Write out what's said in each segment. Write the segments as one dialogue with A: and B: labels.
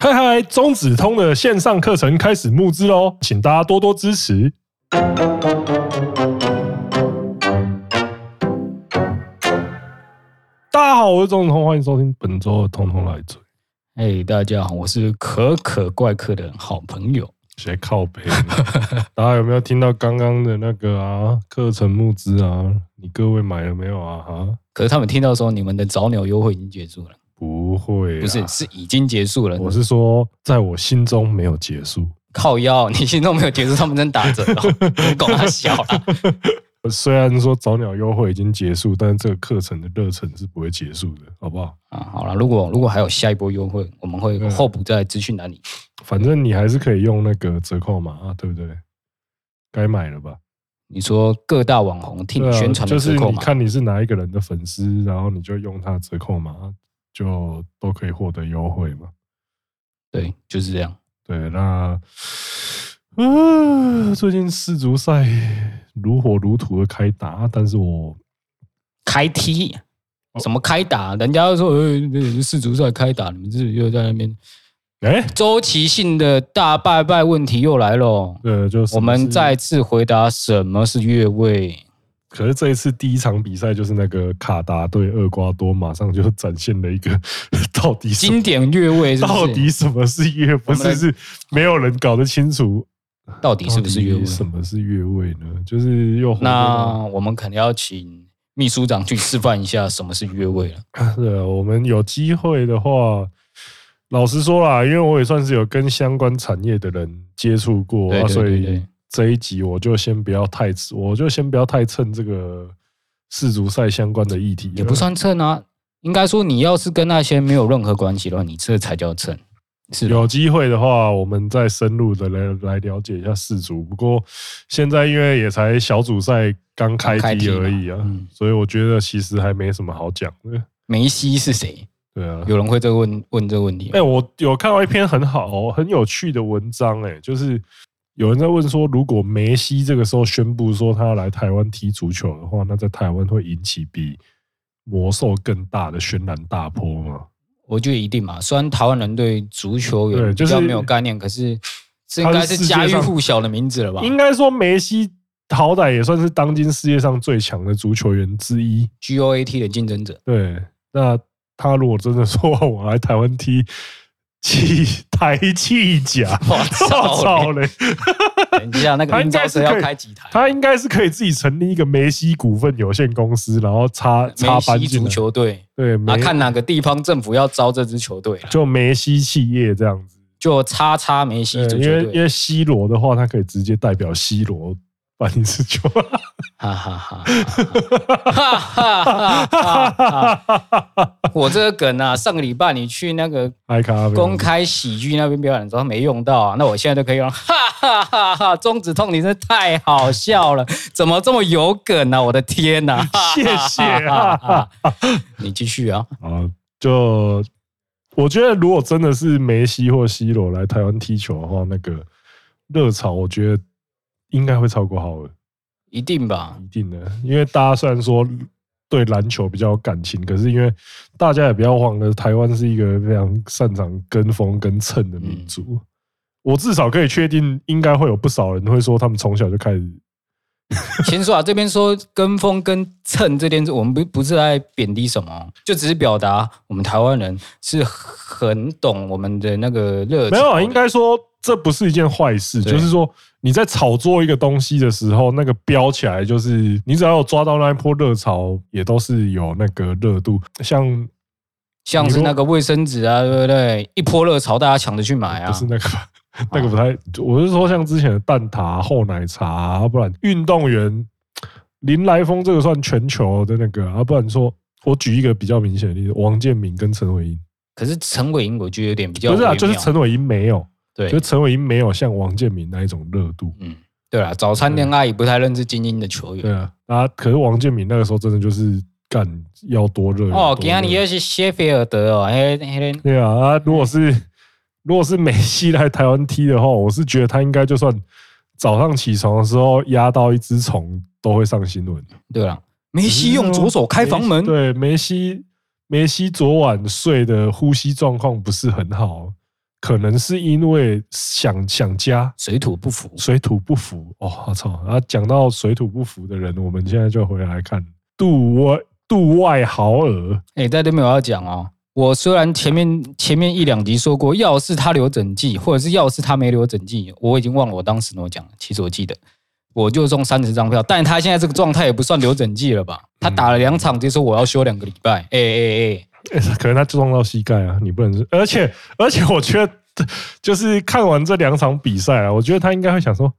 A: 嗨嗨，中子通的线上课程开始募资喽，请大家多多支持。大家好，我是中子通，欢迎收听本周的《通通来追》。
B: 哎、大家好，我是可可怪客的好朋友。
A: 谁靠 背呢？大家有没有听到刚刚的那个啊？课程募资啊，你各位买了没有啊？哈，
B: 可是他们听到说你们的早鸟优惠已经结束了，
A: 不会，啊
B: 不是，是已经结束了。
A: 我是说，在我心中没有结束。
B: 靠腰， 你心中没有结束，他们正打折哦，你拱他笑 了。
A: 虽然说早鸟优惠已经结束，但是这个课程的热忱是不会结束的，好不好？
B: 啊，好了，如果如果还有下一波优惠，我们会
A: 嗯
B: 候补在资讯栏里。
A: 反正你还是可以用那个折扣码啊，对不对？该买了吧？
B: 你说各大网红替
A: 对
B: 你
A: 啊
B: 宣传
A: 就
B: 的折
A: 是
B: 扣
A: 你
B: 嘛？
A: 看你是哪一个人的粉丝，然后你就用他的折扣码，就都可以获得优惠嘛。
B: 对，就是这样。
A: 对，那嗯、最近世足赛如火如荼的开打，但是我
B: 开踢，
A: 哦
B: 什么开打？人家说呃，世足赛开打，你们是又在那边
A: 哎、
B: 周期性的大拜拜问题又来了。
A: 呃，就是
B: 我们再，次回答什么是越位。
A: 可是这一次第一场比赛就是那个卡达对厄瓜多，马上就展现了一个 到底什么
B: 经典越位是不是
A: 到底什么是越不
B: 我们
A: 是
B: 来
A: 是没有人搞得清楚，
B: 到底是不是越
A: 到
B: 位
A: 底？什么是越位呢？就是又回到
B: 那我们可能要请秘书长去示范一下什么是越位了。
A: 对啊，我们有机会的话，老实说啦，因为我也算是有跟相关产业的人接触过，
B: 对
A: 啊
B: 对
A: 所
B: 对
A: 以
B: 对
A: 这一集我就先不要太，我就先不要太蹭这个世足赛相关的议题了，
B: 也不算蹭啊，应该说你要是跟那些没有任何关系的话，你这才叫蹭。是吧
A: 有机会的话，我们再深入的来来了解一下世足。不过现在因为也才小组赛刚开
B: 刚开
A: 踢
B: 踢嘛
A: 而已啊，
B: 嗯
A: 所以我觉得其实还没什么好讲的。
B: 梅西是谁？
A: 对啊，
B: 有人会这个问问这个问题
A: 哎、？我有看到一篇很好、很有趣的文章、哎，就是有人在问说，如果梅西这个时候宣布说他要来台湾踢足球的话，那在台湾会引起比魔兽更大的轩然大波吗？
B: 我觉得一定嘛。虽然台湾人对足球
A: 对
B: 有
A: 就
B: 比
A: 是
B: 较没有概念，可是这应该是家喻户晓的名字了吧
A: 应该说梅西好歹也算是当今世界上最强的足球员之一。
B: ？GOAT 的竞 争者。
A: 对，那他如果真的说我来台湾踢气台气甲，
B: 我
A: 我操
B: 操！
A: 嘞！
B: 等一下，那个
A: 他
B: 应
A: 应
B: 招
A: 该是
B: 是
A: 可
B: 要
A: 以
B: 开几台？
A: 他应该是可以自己成立一个梅西股份有限公司，然后插插
B: 梅
A: 班
B: 西
A: 进
B: 足
A: 来。
B: 球队
A: 对，梅
B: 啊，看哪个地方政府要招这支球队啊，
A: 就梅西企业这样子。
B: 就叉叉梅西
A: 呃
B: 足球
A: 因为因
B: 队，
A: 为 C 罗的话，他可以直接代表 C 罗办一次球。
B: 哈哈哈哈哈哈哈哈！我这个梗啊，上个礼拜你去那个
A: 艾卡
B: 公开喜剧那边表演的时候没用到啊，那我现在就可以用，哈哈哈哈！中指痛，你真的太好笑了，怎么这么有梗啊？我的天哪、
A: 谢谢
B: 哈哈哈哈你继续啊，
A: 啊，就我觉得如果真的是梅西或 C 罗来台湾踢球的话，那个热潮，我觉得应该会超过好尔，
B: 一定吧？
A: 一定的。因为大家虽然说对篮球比较有感情，可是因为大家也不要忘了，台湾是一个非常擅长跟风跟蹭的民族。我至少可以确定，应该会有不少人会说，他们从小就开始
B: 先说啊，这边说跟风跟蹭这件事，我们不不是在贬低什么，就只是表达我们台湾人是很懂我们的那个热情。
A: 没有啊，应该说这不是一件坏事，
B: 对
A: 就是说你在炒作一个东西的时候，那个飙起来，就是你只要有抓到那一波热潮，也都是有那个热度。像
B: 像是那个卫生纸啊，对不对？一波热潮，大家抢着去买
A: 嗯不
B: 啊
A: 是。那个 那个不太，我是说像之前的蛋挞、厚奶茶，啊不然运动员林来疯这个算全球的那个啊，不然说我举一个比较明显的例子，王建民跟陈伟英，
B: 可是陈伟英，我觉得有点比较
A: 不是啊，
B: 微
A: 就是
B: 妙
A: 陈伟英没有，就
B: 对，
A: 陈伟英没有像王建民那一种热度。
B: 嗯，对啦，早餐店阿姨不太认识精英的球员
A: 对。啊，啊，可是王建民那个时候真的就是干要多热有
B: 哦，
A: 多
B: 今天
A: 热
B: 你又是谢菲尔德哦，嘿，嘿，嘿
A: 对啊啊，如果是 如果是梅西来台湾踢的话，我是觉得他应该就算早上起床的时候压到一只虫都会上新闻。
B: 对啦，梅西
A: 嗯
B: 用左手开房门，
A: 对梅西，梅西昨晚睡的呼吸状况不是很好，可能是因为想想家，
B: 水土不服。
A: 水土不服。哦，我操！啊，讲到水土不服的人，我们现在就回来看杜外杜外豪尔，
B: 哎、在这边我要讲哦，我虽然前面前面一两集说过，要是他留整季，或者是要是他没留整季，我已经忘了我当时怎么讲了。其实我记得，我就中三十张票，但他现在这个状态也不算留整季了吧？他打了两场，直接说我要休两个礼拜。哎哎哎，
A: 欸可能他撞到膝盖啊，你不能是。而且而且，我觉得就是看完这两场比赛啊，我觉得他应该会想说，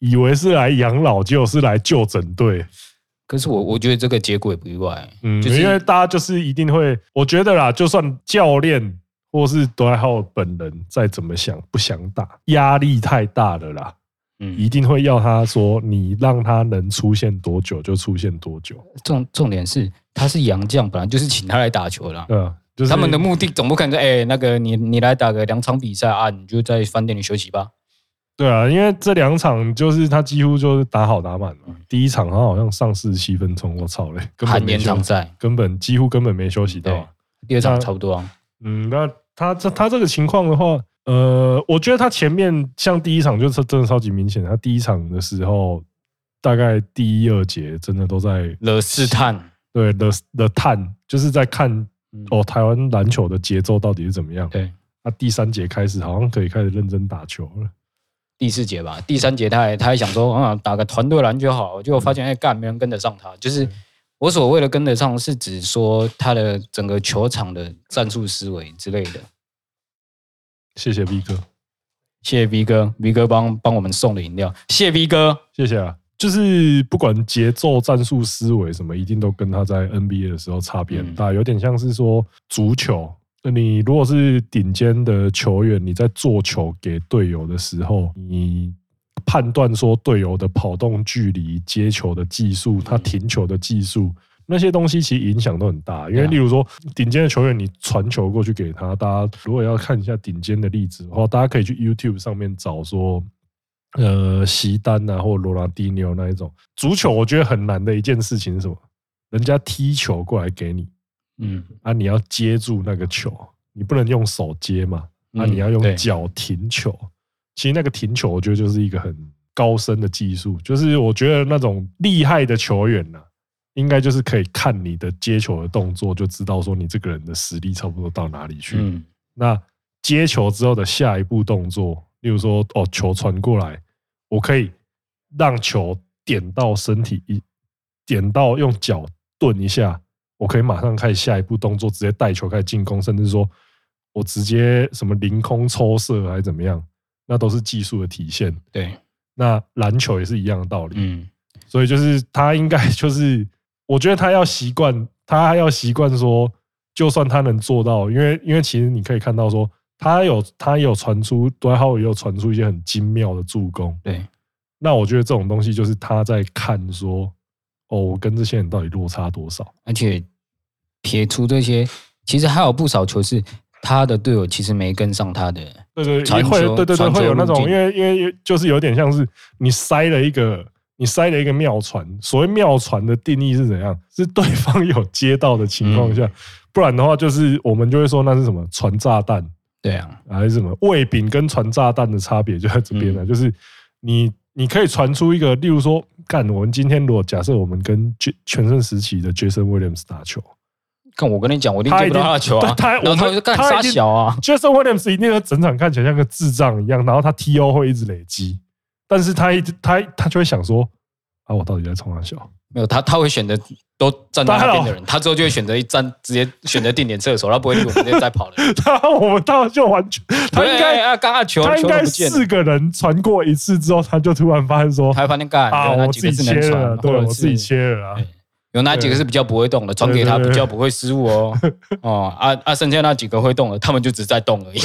A: 以为是来养老，结果是来就诊队。
B: 可是我我觉得这个结果也不意外。
A: 嗯，
B: 就是
A: 因为大家就是一定会，我觉得啦，就算教练或是德莱浩本人再怎么想不想打，压力太大了啦，一
B: 嗯，
A: 定会要他说你让他能出现多久就出现多久。
B: 重重点是他是洋将，本来就是请他来打球的啊、
A: 对啊，就是
B: 他们的目的总不可能说，哎、那个你你来打个两场比赛啊，你就在饭店里休息吧。
A: 对啊，因为这两场就是他几乎就是打好打满嘛。第一场他好像上四十七分钟，我操嘞，根本
B: 含
A: 没
B: 延
A: 休
B: 长，赛，
A: 根本几乎根本没休息到啊。
B: 第二
A: 那
B: 场差不多啊。
A: 嗯，那他这他这个情况的话，呃，我觉得他前面像第一场就是真的超级明显，他第一场的时候大概第一二节真的都在
B: 惹试探，
A: 对的的探，就是在看
B: 嗯
A: 哦台湾篮球的节奏到底是怎么样。
B: 对，
A: 那啊第三节开始好像可以开始认真打球了。
B: 第四节吧，第三节他还他还想说，啊，打个团队篮就好，结果发现哎干，没人跟得上他。就是我所谓的跟得上，是指说他的整个球场的战术思维之类的。
A: 谢谢 B 哥。
B: 谢谢 V 哥，V 哥帮帮我们送的饮料，谢谢 V 哥。
A: 谢谢啊。就是不管节奏、战术、思维什么，一定都跟他在 NBA 的时候差别很大，有点像是说足球。你如果是顶尖的球员，你在做球给队友的时候，你判断说队友的跑动距离、接球的技术、他停球的技术，那些东西其实影响都很大，因为
B: 对啊
A: 例如说顶尖的球员，你传球过去给他，大家如果要看一下顶尖的例子的话，大家可以去 YouTube 上面找说，呃，席丹啊，或罗纳蒂尼奥那一种足球，我觉得很难的一件事情是什么？人家踢球过来给你
B: 嗯，
A: 啊，你要接住那个球，你不能用手接嘛，啊，
B: 嗯
A: 你要用
B: 对
A: 脚停球。其实那个停球，我觉得就是一个很高深的技术，就是我觉得那种厉害的球员呐、应该就是可以看你的接球的动作，就知道说你这个人的实力差不多到哪里去。
B: 嗯，
A: 那接球之后的下一步动作，例如说哦，球传过来，我可以让球点到身体一点到用脚顿一下，我可以马上开始下一步动作，直接带球开始进攻，甚至说我直接什么凌空抽射还是怎么样，那都是技术的体现。
B: 对，
A: 那篮球也是一样的道理，
B: 嗯，
A: 所以就是他应该就是，我觉得他要习惯，他要习惯说，就算他能做到，因为因为其实你可以看到说，他有他也有传出，杜兰特也有传出一些很精妙的助攻。
B: 对，
A: 那我觉得这种东西就是他在看说，哦，我跟这些人到底落差多少？
B: 而且撇除这些，其实还有不少球是他的队友其实没跟上他的，
A: 对对，
B: 传
A: 也会
B: 球
A: 对对对，
B: 传球
A: 会有那种，
B: 路径
A: 因为因为就是有点像是你塞了一个。你塞了一个妙传，所谓妙传的定义是怎样？是对方有接到的情况
B: 嗯
A: 下，不然的话就是我们就会说那是什么传炸弹
B: 对啊，
A: 还是什么喂饼跟传炸弹的差别就在这边
B: 嗯
A: 了，就是你你可以传出一个，例如说，干我们今天如果假设我们跟全全盛时期的 Jason Williams 打球，
B: 看我跟你讲，我一定
A: 他
B: 接
A: 一
B: 不
A: 定
B: 到他的球啊，
A: 他他
B: 然后
A: 我
B: 他
A: 们
B: 就干
A: 他
B: 傻
A: 一定
B: 小啊，
A: Jason Williams 一定会整场看起来像个智障一样，然后他 TO 会一直累积，但是他一直他他就会想说啊，我到底在冲他笑？。
B: 没有他他会选择都站在那边的人，他之后就会选择一站直接选择定点射手，他不会理我们这些在跑的人
A: 他我们到就完全， 他应
B: 对
A: 该
B: 啊，刚啊球
A: 他应
B: 球都
A: 该
B: 不见了
A: 四，个人传过一次之后，他就突然发现说
B: 他会发现干
A: 啊，
B: 有哪
A: 我
B: 几个
A: 自己
B: 是
A: 切
B: 能
A: 了，
B: 传，
A: 对
B: 或
A: 我
B: 者
A: 自己
B: 是哎
A: 切了啊
B: 对。有哪几个是比较不会动的，传给他
A: 对对对
B: 比较不会失误哦。哦啊啊，剩下那几个会动的，他们就只在动而已。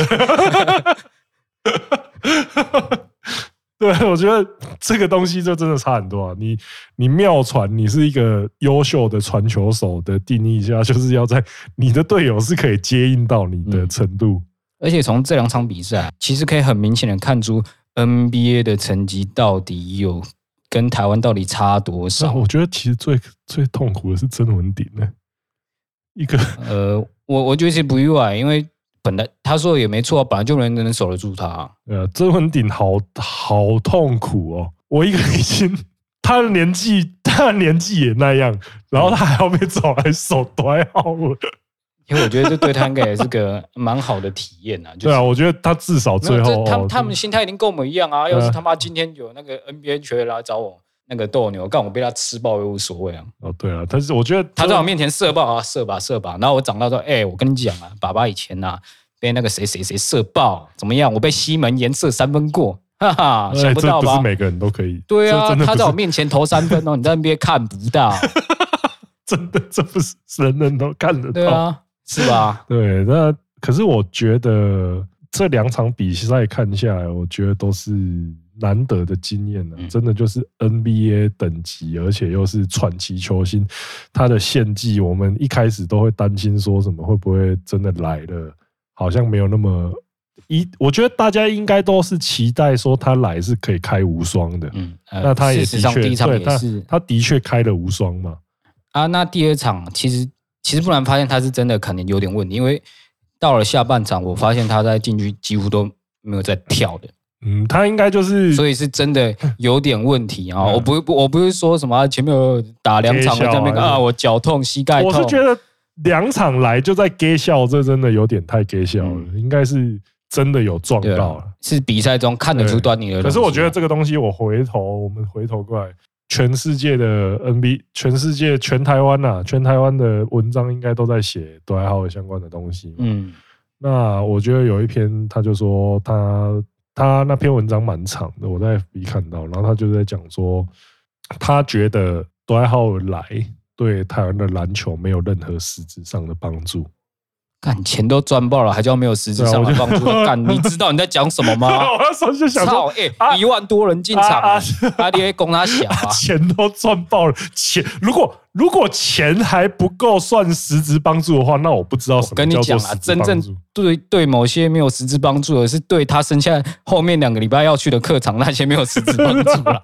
A: 对，我觉得这个东西就真的差很多啊！你你妙传，你是一个优秀的传球手的定义下，就是要在你的队友是可以接应到你的
B: 嗯
A: 程度。
B: 而且从这两场比赛，其实可以很明显的看出 NBA 的成绩到底有跟台湾到底差多
A: 那
B: 少。
A: 啊我觉得其实最最痛苦的是曾文鼎呢、一个
B: 呃，我我觉得是不意外，因为本来他说也没错啊，本来就没人能守得住他啊、
A: 呃，曾文鼎好好痛苦哦！我一个已经， 他的年纪，他的年纪也那样，然后他还要被找来守短号了。
B: 因为我觉得这对他应该也是个蛮好的体验啊。就是、
A: 对啊，我觉得他至少
B: 没
A: 最
B: 有
A: 后
B: 这他
A: 哦
B: 们他们心态一定跟我们一样啊。要是他妈今天有那个 NBA 球员来找我那个斗牛，干我被他吃爆也无所谓啊。
A: 哦，对啊，但是我觉得
B: 他在我面前射爆啊，射吧射吧。然后我长大之后，哎、我跟你讲啊，爸爸以前啊被那个谁谁谁射爆，怎么样？我被西门岩射三分过，哈哈，
A: 哎
B: 想不
A: 这
B: 到
A: 不
B: 吧
A: 是？每个人都可以。
B: 对
A: 这
B: 啊，
A: 真的
B: 他在
A: 不
B: 我
A: 是，
B: 面前投三分哦，你在 NBA 看不到，
A: 真的这不是人人都看得
B: 对
A: 到。
B: 啊，是吧？
A: 对，那可是我觉得这两场比赛看下来，我觉得都是难得的经验了、
B: 嗯
A: 真的就是 NBA 等级，而且又是传奇球星，他的献祭，我们一开始都会担心说什么会不会真的来了，好像没有那么。一，我觉得大家应该都是期待说他来是可以开无双的，
B: 嗯，呃
A: 那他也
B: 事
A: 的
B: 实上
A: 确，
B: 第一场
A: 对
B: 也
A: 他
B: 是
A: 他的确开了无双嘛，
B: 啊，那第二场其实其实不然发现他是真的可能有点问题，因为到了下半场，我发现他在禁区几乎都没有在跳的，
A: 嗯，他应该就是
B: 所以是真的有点问题啊！
A: 嗯
B: 我不我不是说什么啊前面有打两场
A: 揭
B: 了
A: 晓啊
B: 这边
A: 就是
B: 啊，我脚痛膝盖痛，
A: 我是觉得两场来就在 gay 笑，这真的有点太 gay 笑了，
B: 嗯
A: 应该是真的有撞
B: 对
A: 到
B: 啊
A: 了。
B: 是比赛中看得出端倪的东西啊。
A: 可是我觉得这个东西，我回头我们回头过来，全世界的 NB，全世界全台湾呐、全台湾的文章应该都在写短号相关的东西嘛。
B: 嗯
A: 那我觉得有一篇，他就说他他那篇文章蛮长的，我在 FB 看到，然后他就在讲说，他觉得多爱浩来对台湾的篮球没有任何实质上的帮助。
B: 干钱都赚爆了，还叫没有实质上
A: 对
B: 的
A: 啊
B: 帮助？干，你知道你在讲什么吗？
A: 我那时候就想
B: 操！
A: 说，
B: 哎
A: 啊，
B: 一万多人进场
A: 啊
B: 啊
A: 啊，，
B: 阿爹供他小啊
A: 钱都赚爆了，钱如果如果钱还不够算实质帮助的话，那我不知道什
B: 我
A: 么
B: 跟你
A: 叫做
B: 讲啊，
A: 实质
B: 真
A: 帮
B: 正
A: 助。
B: 对对某些没有实质帮助的，是对他剩下后面两个礼拜要去的客场那些没有实质帮助 了，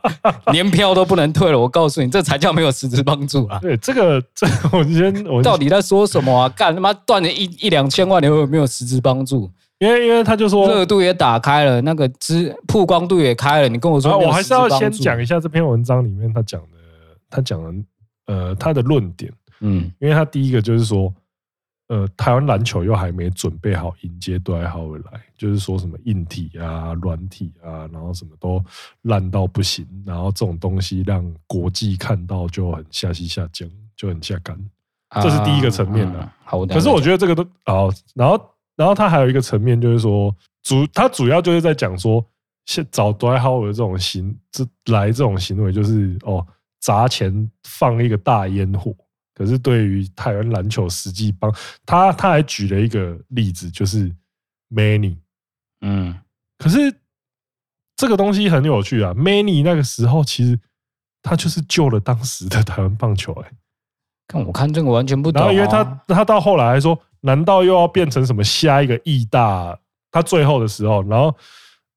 B: 连票都不能退了。我告诉你，这才叫没有实质帮助 啊！
A: 对，这个这个 我先我先
B: 到底在说什么啊？干他妈断了一一两千万，你有没有实质帮助？
A: 因为因为他就说
B: 热度也打开了，那个知曝光度也开了，你跟我说
A: 啊，
B: 没有
A: 我还
B: 实
A: 是
B: 质
A: 要
B: 帮
A: 先
B: 助啊
A: 讲，一下这篇文章里面他讲的，他讲的呃他的论点，
B: 嗯
A: 因为他第一个就是说，呃，台湾篮球又还没准备好迎接杜兰特来，就是说什么硬体啊、软体啊，然后什么都烂到不行，然后这种东西让国际看到就很下西下降，就很下干。这是第一个层面的
B: 啊好，我等
A: 可
B: 下
A: 是我
B: 再
A: 觉得这个都哦，然后然后他还有一个层面就是说，主他主要就是在讲说，现找 d w y h o w a r 这种行这来这种行为就是哦，砸钱放一个大烟火。可是对于台湾篮球实际帮他，他还举了一个例子，就是 Many。
B: 讲嗯
A: 可是这个东西很有趣啊，Many 那个时候其实他就是救了当时的台湾棒球、欸，
B: 看我看这个完全不懂、
A: 然
B: 啊。
A: 后因为他他到后来还说，难道又要变成什么下一个义大？他最后的时候，然后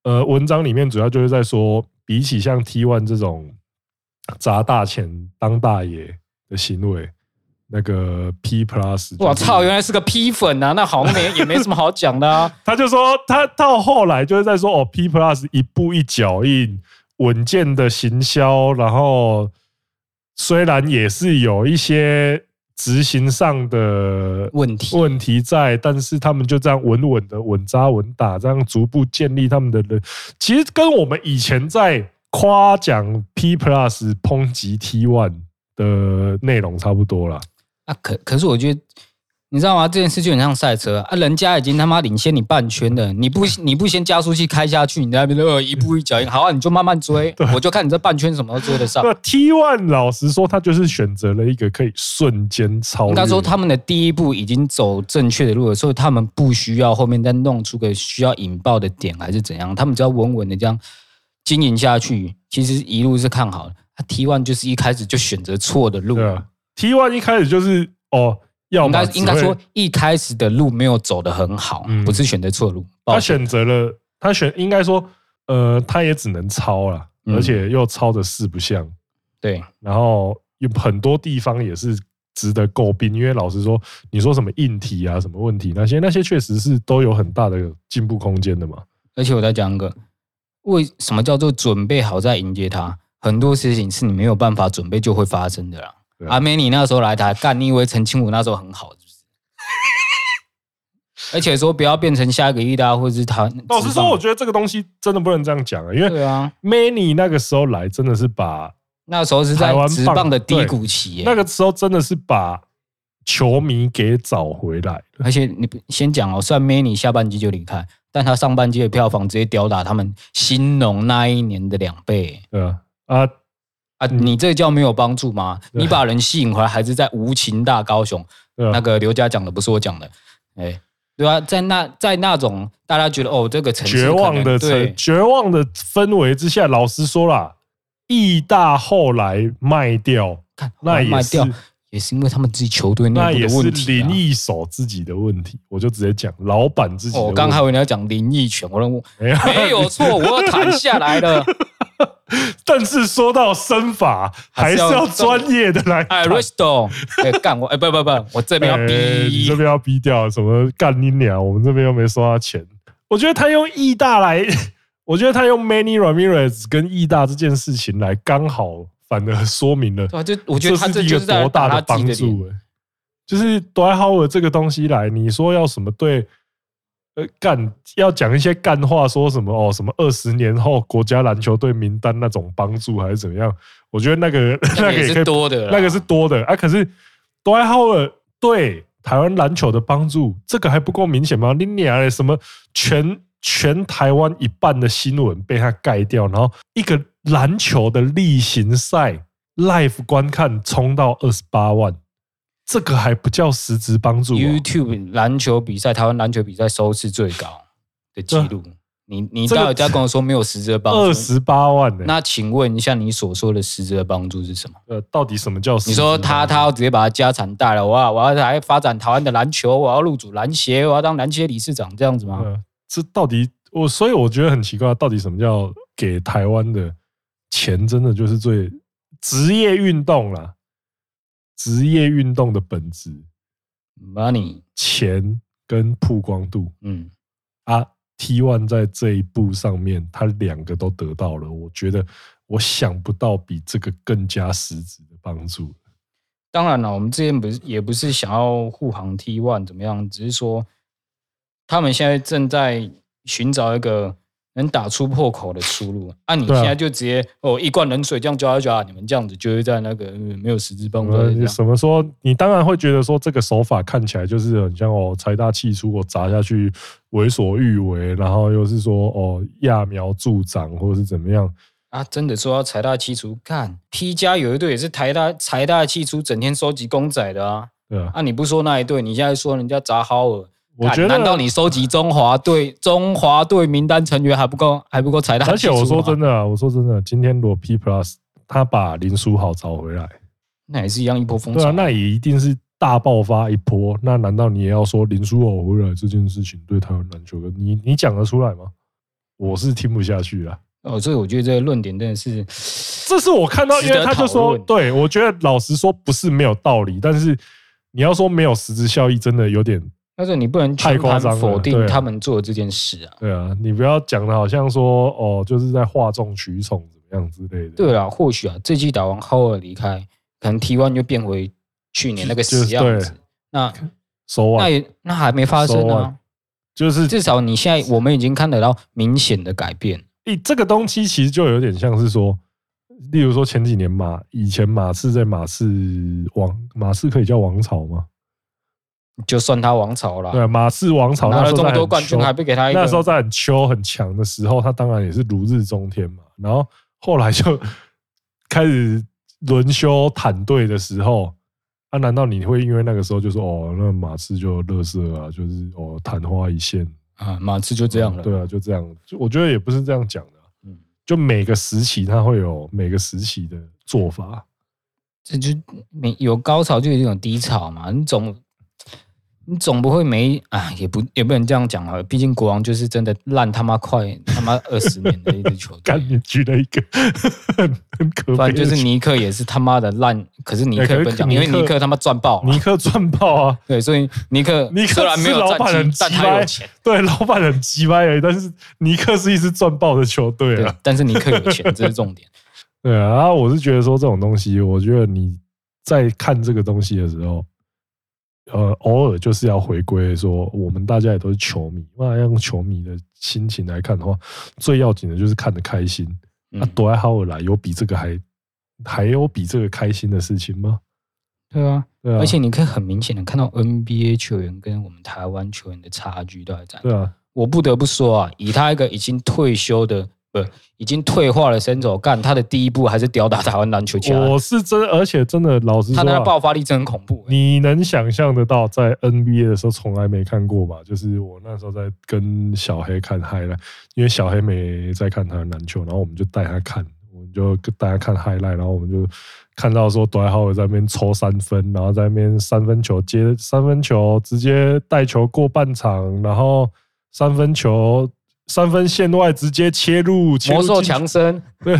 A: 呃，文章里面主要就是在说，比起像 T One 这种砸大钱当大爷的行为，那个 P Plus，
B: 我操，原来是个 P 粉啊！那好像 没也没什么好讲的啊。
A: 他就说他到后来就是在说哦，P Plus 一步一脚印，稳健的行销，然后虽然也是有一些执行上的
B: 问题
A: 问题在，但是他们就这样稳稳的稳扎稳打，这样逐步建立他们的人。其实跟我们以前在夸奖 P Plus 抨击 T One 的内容差不多啦。
B: 啊，可可是我觉得，你知道吗？这件事就很像赛车啊啊，人家已经他妈领先你半圈了，你 不你不先加速器开下去，你在那边呃一步一脚印，好啊，你就慢慢 追，我就看你这半圈什么时候追得 上。
A: 那 T One 老实说，他就是选择了一个可以瞬间超越。
B: 应该说他们的第一步已经走正确的路了，所以他们不需要后面再弄出个需要引爆的点还是怎样，他们只要稳稳的这样经营下去，其实一路是看好的。他 T one 就是一开始就选择错的路
A: 对
B: 了。
A: 啊，T One 一开始就是哦，要
B: 应
A: 么
B: 该
A: 只
B: 应该
A: 会
B: 说一开始的路没有走得很好，
A: 嗯
B: 不是选择错路，抱
A: 他
B: 歉。
A: 选择了，他选应该说，呃，他也只能抄啦，
B: 嗯
A: 而且又抄的四不像，
B: 对，
A: 然后有很多地方也是值得诟病，因为老实说，你说什么硬体啊、什么问题那些，那些确实是都有很大的进步空间的嘛。
B: 而且我再讲一个，为什么叫做准备好再迎接它？很多事情是你没有办法准备就会发生的啦。
A: 对啊
B: 阿美，你那时候来台干，你以为陈清武那时候很好是不是？而且说不要变成下一个意大或者是台。
A: 老实说，我觉得这个东西真的不能这样讲啊，因为
B: 对啊，
A: Many 那个时候来真的是把
B: 那时候是在
A: 台湾
B: 直
A: 棒
B: 棒的低
A: 对
B: 谷期耶、
A: 那个时候真的是把球迷给找回来了。
B: 而且你不先讲哦，虽然 Many 下半季就离开，但他上半季的票房直接吊打他们新农那一年的两倍
A: 对啊，啊，
B: 啊！你这叫没有帮助吗？
A: 对
B: 你把人吸引回来，还是在无情大高雄？
A: 对
B: 那
A: 啊，
B: 个刘家讲的不是我讲的，哎、对啊，在那在那种大家觉得哦，这个城市
A: 绝望的
B: 可能对
A: 城，绝望的氛围之下，老实说啦，义大后来卖掉，
B: 看
A: 那也
B: 卖
A: 是
B: 掉也是因为他们自己球队内
A: 那
B: 部
A: 也
B: 的
A: 是
B: 问题、啊
A: 林。毅手自己的问题，我就直接讲老板自己的
B: 哦，
A: 问
B: 我
A: 题。
B: 刚哎还以为你要讲林奕泉，我 认为
A: 没有
B: 没有错，我要谈下来了。
A: 但是说到身法，
B: 还
A: 还
B: 是
A: 是
B: 要
A: 要专业的来
B: 哎
A: 谈
B: ，Risto，哎，干我，哎，不不不，我这边要
A: 哎你
B: 逼
A: 这。边要逼掉什么干你娘！我们这边又没收他钱。我觉得他用义大来， 我觉得他用 Many Ramirez 跟义大这件事情来，刚好反而说明了，
B: 对啊，就我觉得他这
A: 是一
B: 就
A: 个
B: 是在
A: 多
B: 打
A: 大
B: 他
A: 的
B: 自己
A: 帮
B: 的
A: 助、
B: 脸。
A: 哎，就是夺爱豪尔这个东西来，你说要什么对？呃，干要讲一些干话，说什么哦，什么二十年后国家篮球队名单那种帮助还是怎么样？我觉得那个 那
B: 那
A: 个
B: 个也
A: 也可
B: 是
A: 以
B: 多的啦，
A: 那个是多的啊。可是多埃浩尔对台湾篮球的帮助，这个还不够明显吗？你俩嘞，什么全全台湾一半的新闻被他盖掉，然后一个篮球的例行赛 live 观看冲到二十八万，这个还不叫实质帮助、哦。
B: YouTube 篮球比赛，台湾篮球比赛收视最高的记录。你你
A: 啊这个
B: 到底在跟我说没有实质的帮助？
A: 二十八万呢、
B: 那请问一下，你所说的实质的帮助是什么？
A: 呃，到底什么叫实质
B: 你
A: 帮助？
B: 说他他要直接把他家产带来，我要我要来发展台湾的篮球，我要入主篮协，我要当篮协理事长这样子吗？
A: 呃，这到底我，所以我觉得很奇怪，到底什么叫给台湾的钱，真的就是最职业运动啦，职业运动的本质，
B: Money，
A: 钱跟曝光度
B: 嗯，
A: 啊，T One 在这一步上面，他两个都得到了，我觉得我想不到比这个更加实质的帮助。
B: 当然了，我们之前不是也不是想要护航 T One 怎么样，只是说他们现在正在寻找一个能打出破口的出路。啊，你
A: 对啊
B: 现在就直接哦一罐冷水这样浇一浇，你们这样子就会在那个、嗯没有实质帮助的
A: 呃，
B: 这样。
A: 什么说？你当然会觉得说这个手法看起来就是很像哦，财大气粗，我砸下去为所欲为，然后又是说哦揠苗助长或者是怎么样？
B: 啊，真的说到财大气粗，看 P 家有一队也是财大财大气粗，整天收集公仔的啊。
A: 对啊，
B: 啊，你不说那一队，你现在说人家砸豪尔，
A: 我
B: 干
A: 觉得
B: 难道你收集中华队中华队名单成员还不够还不够财大气
A: 而且
B: 粗吗？
A: 我说真的啊，我说真的，今天裸 P Plus 他把林书豪找回来，
B: 那也是一样一波风
A: 对啊，
B: 潮。
A: 那也一定是大爆发一波。那难道你也要说林书豪回来这件事情对台湾篮球，你你讲得出来吗？我是听不下去啊。
B: 哦，所以我觉得这个论点真的是，
A: 这是我看到，因为他就
B: 值得讨
A: 说，
B: 论
A: 对我觉得老实说不是没有道理，但是你要说没有实质效益，真的有点
B: 但是你不能全
A: 太夸
B: 盘
A: 张了
B: 否定
A: 对啊
B: 他们做的这件事啊。
A: 对啊。你不要讲的好像说哦，就是在哗众取宠怎么样之类的。
B: 对啦，或许啊，这季打完后尔离开，可能 T one 又变回去年那个
A: 就是
B: 死样子
A: 对。
B: 那
A: 手
B: 那
A: 腕
B: 也那还没发生
A: 手
B: 啊
A: 腕。就是
B: 至少你现在我们已经看得到明显的改变。
A: 诶，这个东西其实就有点像是说，例如说前几年马以前马刺在马刺王马刺可以叫王朝吗？
B: 就算他王朝啦，
A: 对啊，马刺王朝
B: 拿
A: 那
B: 了
A: 时候
B: 这么
A: 在
B: 多
A: 很
B: 冠军，
A: 穷
B: 还不给他一个？
A: 那时候在很秋很强的时候，他当然也是如日中天嘛。然后后来就开始轮休坦队的时候，啊，难道你会因为那个时候就说哦，那马刺就乐色啊，就是哦昙花一现
B: 啊，马刺就这样了。
A: 对啊，就这样。就我觉得也不是这样讲的啊、
B: 嗯
A: 就每个时期它会有每个时期的做法。
B: 这就没有高潮就有一种低潮嘛，你总你总不会没啊，也不也不能这样讲啊，毕竟国王就是真的烂他妈快他妈二十年的一支球
A: 干
B: 队。
A: 你举了一个 很很可
B: 不
A: 悲
B: 然
A: 的
B: 就
A: 球，
B: 是尼克也是他妈的烂，可是尼克
A: 哎可是
B: 也不能讲，
A: 尼
B: 因
A: 克
B: 为尼克他妈赚爆了
A: 尼。克赚爆啊！
B: 对，所以尼 克
A: 尼克
B: 虽然没有
A: 是老板
B: 战
A: 很
B: 绩，但
A: 鸡
B: 他有
A: 掰
B: 钱。
A: 对，老板很鸡掰而已，但是尼克是一支赚爆的球队
B: 对
A: 啊。，
B: 但是尼克有钱，这是 重点。
A: 对啊，然后我是觉得说这种东西，我觉得你在看这个东西的时候，呃，偶尔就是要回归说，我们大家也都是球迷，那要用球迷的心情来看的话，最要紧的就是看得开心。啊那
B: 嗯，
A: 躲在哈尔来，有比这个还还有比这个开心的事情吗？
B: 对啊，
A: 对啊，
B: 而且你可以很明显的看到 NBA 球员跟我们台湾球员的差距都在在
A: 对啊，
B: 我不得不说啊，以他一个已经退休的，不，已经退化的身手，干他的第一步还是吊打台湾篮球家，
A: 我是真，而且真的老实
B: 他
A: 说、
B: 那个
A: 啊，
B: 爆发力真的很恐怖、欸。
A: 你能想象得到在 NBA 的时候从来没看过吧？就是我那时候在跟小黑看嗨了，因为小黑没在看他的篮球，然后我们就带他看。我们就跟大家看 highlight，然后我们就看到说dwight h 在那边抽三分，然后在那边三分球接三分球，直接带球过半场，然后三分球三分线外直接切入，切入
B: 魔兽
A: 进
B: 强森，
A: 对，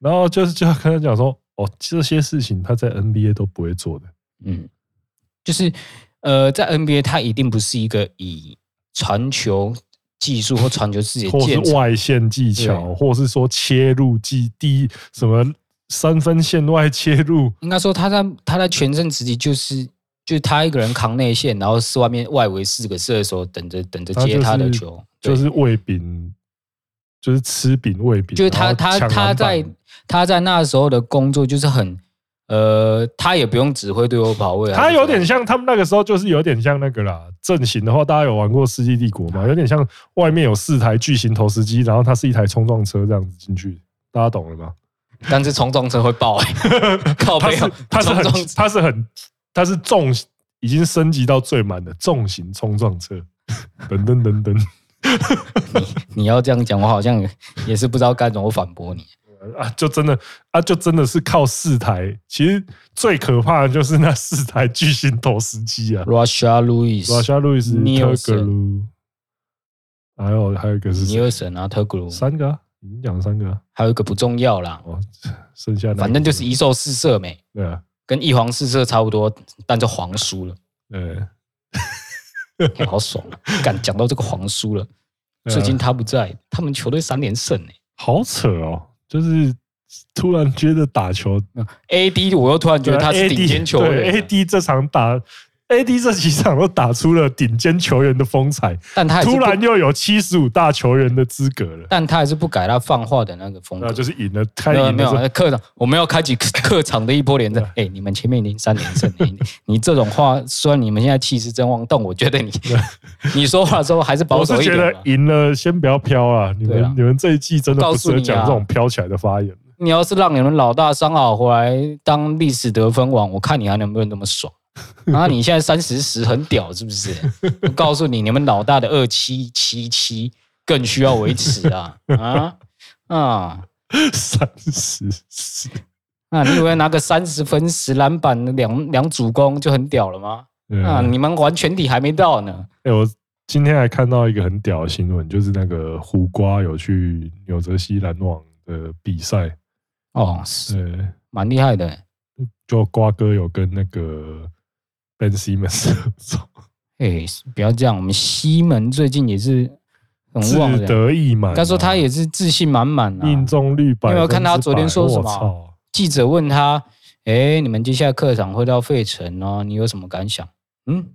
A: 然后就是就要跟他讲说，哦，这些事情他在 NBA 都不会做的。
B: 嗯，就是呃，在 NBA 他一定不是一个以传球技术或传球视野
A: 或
B: 见
A: 是
B: 长，
A: 外线技巧，
B: 对
A: 或是说切入技第一什么三分线外切入，
B: 应该说他在他在全盛时期就是。就是他一个人扛内线，然后是外面外围四个射手等着等着
A: 他
B: 接
A: 就是
B: 他的球，对
A: 就是喂饼，就是吃饼喂饼。
B: 就是
A: 然
B: 他
A: 后
B: 他
A: 抢
B: 他
A: 篮板
B: 在他在那时候的工作就是很呃，他也不用指挥对我跑位啊，
A: 他
B: 就是
A: 有点像他们那个时候，就是有点像那个啦。阵型的话，大家有玩过《世纪帝国》
B: 嗯
A: 吗？有点像外面有四台巨型投石机，然后它是一台冲撞车这样子进去，大家懂了吗？
B: 但是冲撞车会爆哎、靠
A: 它
B: 背
A: 是
B: 哦
A: 它是
B: 冲
A: 很
B: 撞
A: 它是很它是重已经升级到最满的重型冲撞车，等等等等
B: 你要这样讲，我好像也是不知道该怎么反驳你。
A: 啊，就真的啊，就真的是靠四台。其实最可怕的就是那四台巨型投石机啊，
B: Russia
A: 瓦
B: Louis、
A: 夏路易斯、特
B: Nielsen
A: 格鲁，还有还有一个是
B: 尼
A: 谁？
B: 尔森啊、特古鲁，
A: 三个、啊，已经讲了三个、啊、
B: 还有一个不重要啦，
A: 哦，剩下那个
B: 反正就是一兽四射没，
A: 对啊，
B: 跟一黄四射差不多，但就黄输了，
A: 对，啊
B: 好爽、啊！敢讲到这个黄输了，
A: 对啊
B: 最近他不在，他们球队三连胜哎、
A: 好扯哦，就是突然觉得打球啊
B: AD，我又突然觉得他是顶尖球
A: 对
B: 员了，啊
A: AD 这场打 AD 这几场都打出了顶尖球员的风采，
B: 但他还是
A: 突
B: 不
A: 然，又有七十五大球员的资格了。
B: 但他还是不改他放话的那个风格
A: 那。啊就是赢了，开
B: 没有
A: 赢
B: 嗯没有
A: 了，
B: 客场，我们要开启客场的一波连胜。哎，你们前面已经三连胜，哎你你这种话，虽然你们现在气势正旺，但我觉得你 你说话的时候还是保
A: 我
B: 守
A: 是
B: 一
A: 觉
B: 点
A: 得
B: 吧。
A: 赢了先不要飘啊！你
B: 对啊
A: 们你们这一季真的不适合讲这种飘起来的发言。
B: 你要是让你们老大伤好回来当历史得分王，我看你还能不能那 么爽？啊，你现在三十十很屌是不是？我告诉你，你们老大的二七七七更需要维持啊啊啊！
A: 三十四，
B: 那你以为拿个三十分、十篮板、两两主攻就很屌了吗？ 啊，
A: 嗯，
B: 你们完全体还没到呢。
A: 哎，我今天还看到一个很屌的新闻，就是那个胡瓜有去纽泽西篮网的比赛，
B: 哦，
A: 嗯
B: 是
A: 对，
B: 蛮厉害的。
A: 就瓜哥有跟那个 Ben Simmons 合作
B: 哎，不要这样，我们西门最近也是很旺
A: 志
B: 的。
A: 得意满啊。
B: 他说他也是自信满满
A: 命
B: 啊。
A: 中率百，
B: 你有没有看他昨天说什么啊
A: 我操，
B: 记者问他：“哎，你们接下来客场会到费城哦，你有什么感想？”嗯，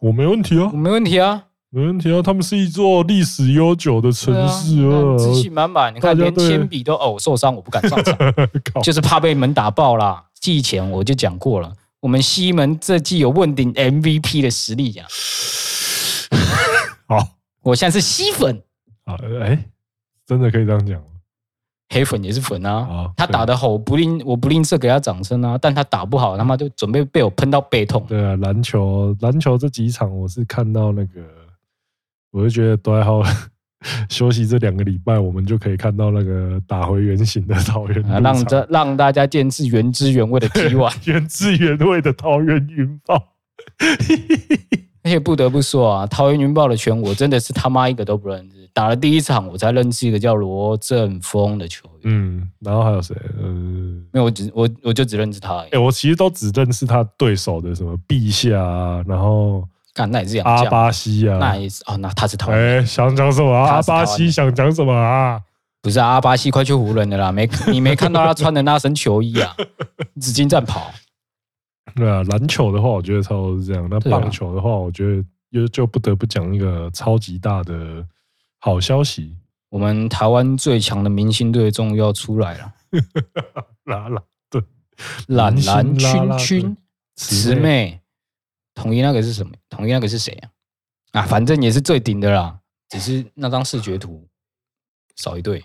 A: 我没问题啊
B: 我，没问题啊，
A: 没问题啊，他们是一座历史悠久的城
B: 对啊，
A: 市
B: 那
A: 啊，
B: 自信满满。你看，
A: 大家
B: 连
A: 对
B: 铅笔都哦我受伤，我不敢上场。
A: 靠，
B: 就是怕被门打爆啦。季前我就讲过了，我们西门这季有问鼎 MVP 的实 力呀、
A: 好
B: 我现在是西粉，
A: 啊，哎，真的可以这样讲吗
B: 黑粉也是粉啊。
A: 啊？
B: 他打得好，我不吝我不吝啬给他掌声啊。但他打不好，他妈就准备被我喷到背痛。
A: 对啊，篮球篮球这几场我是看到那个，我就觉得都还好。 休息这两个礼拜，我们就可以看到那个打回原形的桃园入
B: 啊，
A: 场，
B: 让这让大家见识原汁原味的 T one。
A: 原汁原味的桃园云豹。
B: 而且不得不说啊，桃园云豹的拳我真的是他妈一个都不认识。打了第一场，我才认识一个叫罗振峰的球员。
A: 嗯，然后还有谁？呃，
B: 没有，我只我我就只认识他而已
A: 哎、。我其实都只认识他对手的什么陛下啊，然后
B: 干，那也是洋
A: 阿
B: 将，
A: 巴西啊。
B: 那也是哦，那他是台湾人，
A: 哎、想讲什么啊？
B: 他
A: 阿
B: 是台湾
A: 巴西
B: 人
A: 想讲什么啊？
B: 不是啊阿巴西快去湖人的 啦，没你没看到他穿的那身球衣啊，紫金战袍。
A: 对啊，篮球的话，我觉得差不多是这样。那
B: 对啊
A: 棒球的话，我觉得又就不得不讲一个超级大的好消息，
B: 我们台湾最强的明星队终于要出来了，
A: 啦啦，对，
B: 懒蓝
A: 明星啦
B: 君
A: 啦
B: 君
A: 队
B: 慈妹，统一那个是什么？统一那个是谁啊？啊，反正也是最顶的啦，只是那张视觉图少一对。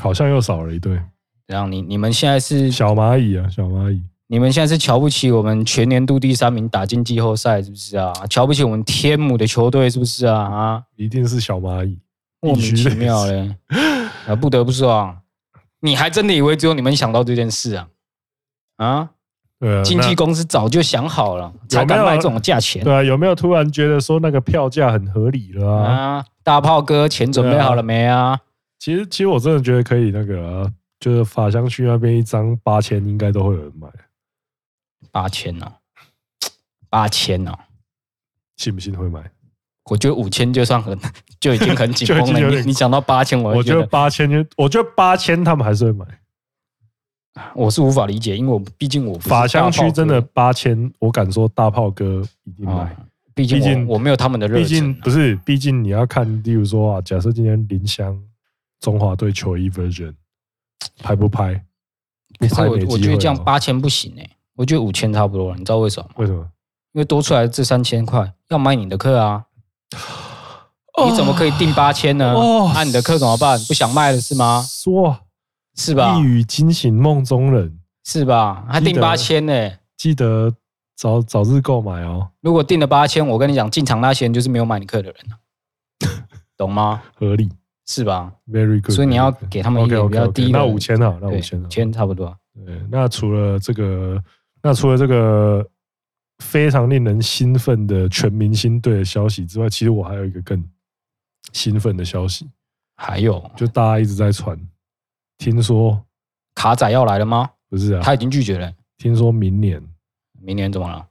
A: 好像又少了一对
B: 然后你你们现在是
A: 小蚂蚁啊，小蚂蚁。
B: 你们现在是瞧不起我们全年度第三名打进季后赛是不是啊？瞧不起我们天母的球队是不是啊？啊，
A: 一定是小蚂蚁，
B: 莫名其妙
A: 必须得
B: 嘞！啊，不得不说啊，你还真的以为只有你们想到这件事啊？啊，
A: 对啊，
B: 经纪
A: 那
B: 公司早就想好了，
A: 有没有
B: 才敢卖这种价钱
A: 对啊，有没有突然觉得说那个票价很合理了啊？
B: 啊！大炮哥，钱准备好了没啊？
A: 其实，其实我真的觉得可以那个啊、就是法香区那边一张八千，应该都会有人买，
B: 八千哦，八千哦，
A: 信不信会买？
B: 我觉得五千就算很就已经很紧绷
A: 就已经有
B: 了。
A: 点
B: 你你讲到八千，我
A: 我
B: 会
A: 觉
B: 觉
A: 得
B: 得
A: 八千就，我觉得八千他们还是会买。
B: 我是无法理解，因为我毕竟我不是
A: 法香
B: 大
A: 区
B: 炮哥
A: 真的八千，我敢说大炮哥一定
B: 哦
A: 买。
B: 毕
A: 毕
B: 竟
A: 竟
B: 我我没有他们的热
A: 毕
B: 情
A: 竟
B: 啊。
A: 不是，毕竟你要看，例如说啊，假设今天林湘中华队球衣 version 拍不拍？不
B: 所
A: 拍
B: 以
A: 没机会、哦
B: 我我觉得这样，八千不行哎、我觉得五千差不多了。你知道为什么吗？
A: 为什么？
B: 因为多出来这三千块要买你的课啊，你怎么可以定八千呢？啊
A: 哦
B: 那、你的课怎么办？不想卖了是吗？
A: 哇，
B: 是吧
A: 一？语惊醒梦中人，
B: 是吧？还
A: 嗯
B: 定
A: 记得
B: 八千呢？
A: 记得早早日购买哦，
B: 如果定了八千，我跟你讲，进场那些人就是没有买你课的人 了，懂吗？
A: 合理
B: 是吧？
A: ，very good。
B: 所以你要给他们一
A: OK
B: 点比
A: OK
B: 较低
A: OK，
B: 的，
A: 那五千好，那
B: 对，
A: 五千
B: 五
A: 好。
B: 千差不多。
A: 对，那除了这个，那除了这个非常令人兴奋的全明星队的消息之外，其实我还有一个更兴奋的消息，
B: 还有
A: 就大家一直在传，听说
B: 卡仔要来了吗？
A: 不是啊，
B: 他已经拒绝了，
A: 听说明年
B: 明年怎么了？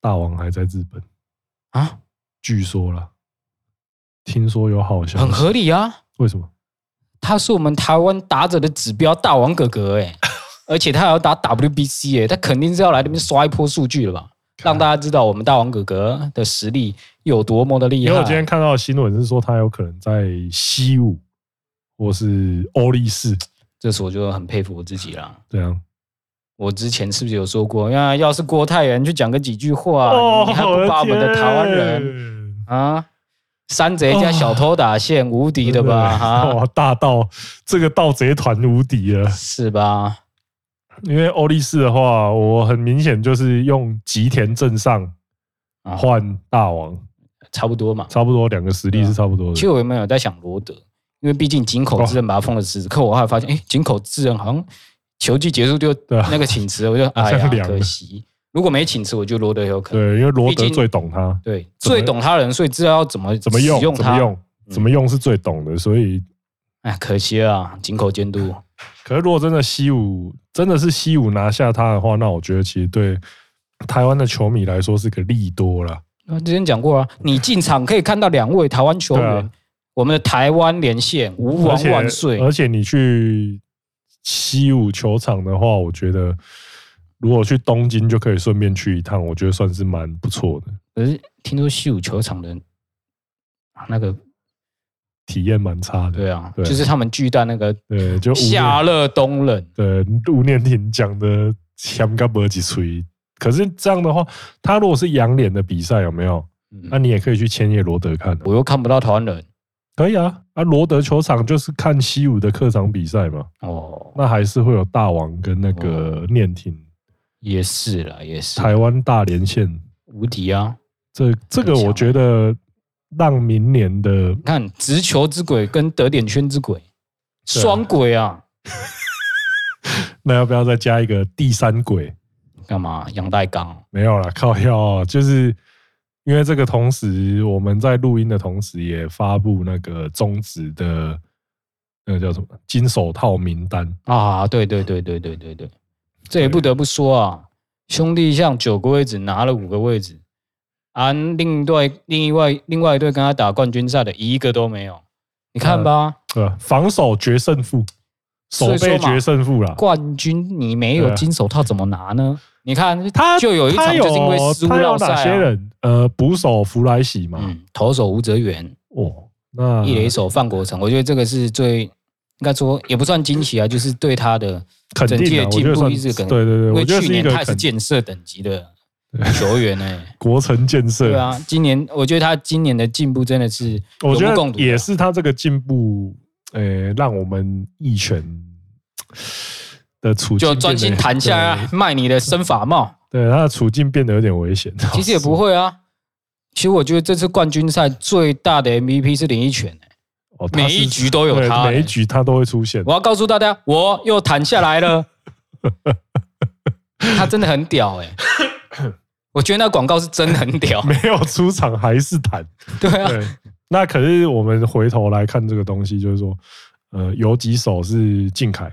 A: 大王还在日本，
B: 啊，
A: 据说啦，听说有好消息，
B: 很合理啊，
A: 为什么？
B: 他是我们台湾打者的指标大王哥哥哎、 而且他还要打 WBC 哎、他肯定是要来这边刷一波数据了吧，
A: 啊
B: 让大家知道我们大王哥哥的实力有多么的厉
A: 因
B: 害。
A: 为我今天看到的新闻是说，他有可能在西武或是欧力士
B: 这时我就很佩服我自己啦。
A: 这样。
B: 我之前是不是有说过，那要是郭泰源去讲个几句话，
A: 哦
B: 你还不把我们的台湾人
A: 人
B: 啊，山贼加小偷打线、无敌的吧？
A: 真的
B: 哈，
A: 哇，大盗这个盗贼团无敌了。
B: 是吧？
A: 因为欧力士的话，我很明显就是用吉田镇上
B: 啊
A: 换大王，
B: 差不多嘛。
A: 差不多两个实力
B: 啊
A: 是差不多
B: 其实
A: 的。
B: 我有没有在想罗德？因为毕竟井口智人把他封了
A: 哦
B: 十字，可我后来发现，哎，井口智人好像球季结束就
A: 对啊
B: 那个请辞 了，我就
A: 好
B: 哎
A: 像
B: 呀，
A: 凉了
B: 可惜。如果没请辞，我觉得罗德有可能。
A: 对，因为罗
B: 毕
A: 德
B: 竟
A: 最懂他，
B: 对，
A: 怎么
B: 最懂他的人，所以知道要怎么
A: 怎么用
B: 使用
A: 怎么
B: 他。嗯
A: 用怎么用是最懂的。所以，
B: 哎，可惜了啊，井口 监督。
A: 可是如果真的西武真的是西武拿下他的话，那我觉得其实对台湾的球迷来说是个利多了。
B: 我之前讲过啊，你进场可以看到两位台湾球
A: 对
B: 员，
A: 啊
B: 我们的台湾连线吾
A: 而
B: 王
A: 且
B: 万岁
A: 而且你去西武球场的话，我觉得如果去东京就可以顺便去一趟，我觉得算是蛮不错的
B: 可是听说西武球场的啊那个，
A: 体验，蛮差的。
B: 对啊，
A: 对
B: 就是他们巨蛋那个
A: 对，就吴
B: 夏
A: 念
B: 热冬冷，
A: 对吴念婷讲的香港没几吹。可是这样的话，他如果是洋脸的比赛有没有？那、
B: 嗯，
A: 你也可以去千叶罗德看、啊，
B: 我又看不到台湾人
A: 可以啊。啊，罗德球场就是看西武的客场比赛嘛，
B: 哦，
A: 那还是会有大王跟那个念婷，
B: 也是啦，也是
A: 台湾大连线
B: 无敌啊！
A: 这这个我觉得让明年的
B: 你看直球之鬼跟得点圈之鬼，双鬼啊，
A: 那要不要再加一个第三轨？
B: 干嘛？杨代刚
A: 啊没有啦，靠腰、哦，就是因为这个同时我们在录音的同时也发布那个中职的那个叫什么金手套名单，
B: 啊，对对对对对对对，这也不得不说啊，兄弟像九个位置拿了五个位置，啊，另一队另外另外一队跟他打冠军赛的一个都没有，你看吧，
A: 对吧？防守决胜负，守
B: 所以说
A: 备
B: 嘛
A: 决胜负啦。
B: 冠军你没
A: 对
B: 有
A: 啊
B: 金手套怎么拿呢？你看
A: 他
B: 就有一
A: 他
B: 场
A: 有
B: 就是因为失误
A: 他有
B: 落
A: 哪
B: 赛
A: 些
B: 啊，
A: 人？呃，捕手弗莱喜嘛，
B: 嗯，投手吴哲源，
A: 哦，那
B: 一垒手范国成，我觉得这个是最应该说也不算惊喜啊，就是对他的
A: 肯
B: 整
A: 定
B: 体
A: 啊
B: 的
A: 我觉
B: 进
A: 得
B: 步
A: 算
B: 一直肯
A: 对对对，
B: 因
A: 我
B: 为
A: 觉得
B: 去
A: 是一
B: 年
A: 个
B: 他也是
A: 肯
B: 建设等级的球员呢、欸
A: 国城建设，
B: 对啊，今年我觉得他今年的进步真的是有
A: 我觉
B: 目共
A: 得
B: 睹的啊
A: 也是他这个进步，呃，让我们义拳的处境
B: 就专心
A: 变得
B: 谈下啊来卖你的身法 帽，
A: 对对他的处境变得有点危险。
B: 其实也不会啊。其实我觉得这次冠军赛最大的 MVP 是林奕泉、欸，
A: 哦，他是
B: 每一局都有
A: 对
B: 他欸
A: 每一局他都会出现。
B: 我要告诉大家，我又谈下来了， 他真的很屌哎、我觉得那广告是真的很 屌，
A: 没有出场还是 谈，
B: 对啊，
A: 对。那可是我们回头来看这个东西，就是说，呃，有几手是靖凯，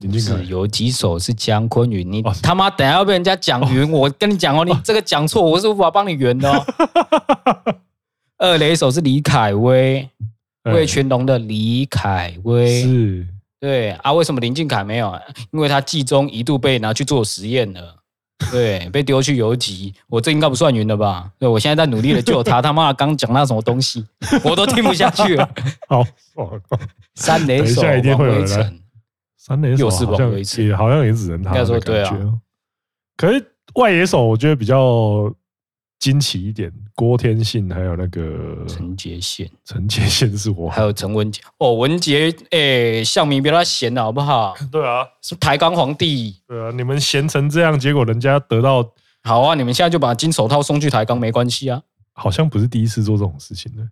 A: 林靖凯
B: 是，有几首是姜昆宇，你
A: 哦
B: 他妈等下要被人家讲云，我跟你讲哦，你这个讲错，我是无法帮你圆的 哦。二雷手是李凯威，
A: 哎
B: 魏全龙的李凯威，
A: 是
B: 对啊，为什么林俊凯没有？啊因为他季中一度被拿去做实验了。对，被丢去游击，我这应该不算云了吧？对，我现在在努力的救他，他妈的刚讲那什么东西，我都听不下去了。
A: 好爽哦。
B: 三雷手
A: 等一下一定
B: 王
A: 会有人
B: 威
A: 来嗯
B: 成，
A: 三垒手啊
B: 又是
A: 好
B: 往
A: 像
B: 回一次
A: 也好像也只能他的
B: 应该说对
A: 感
B: 啊
A: 觉哦。可是外野手我觉得比较惊奇一点，郭天信还有那个
B: 陈杰宪。
A: 陈杰宪是我
B: 还有陈文杰哦，文杰，哎、象迷别他闲了好不好？
A: 对啊
B: 是台钢皇帝，
A: 对啊，你们闲成这样，结果人家得到
B: 好啊，你们现在就把金手套送去台钢没关系啊。嗯
A: 好像不是第一次做这种事情的，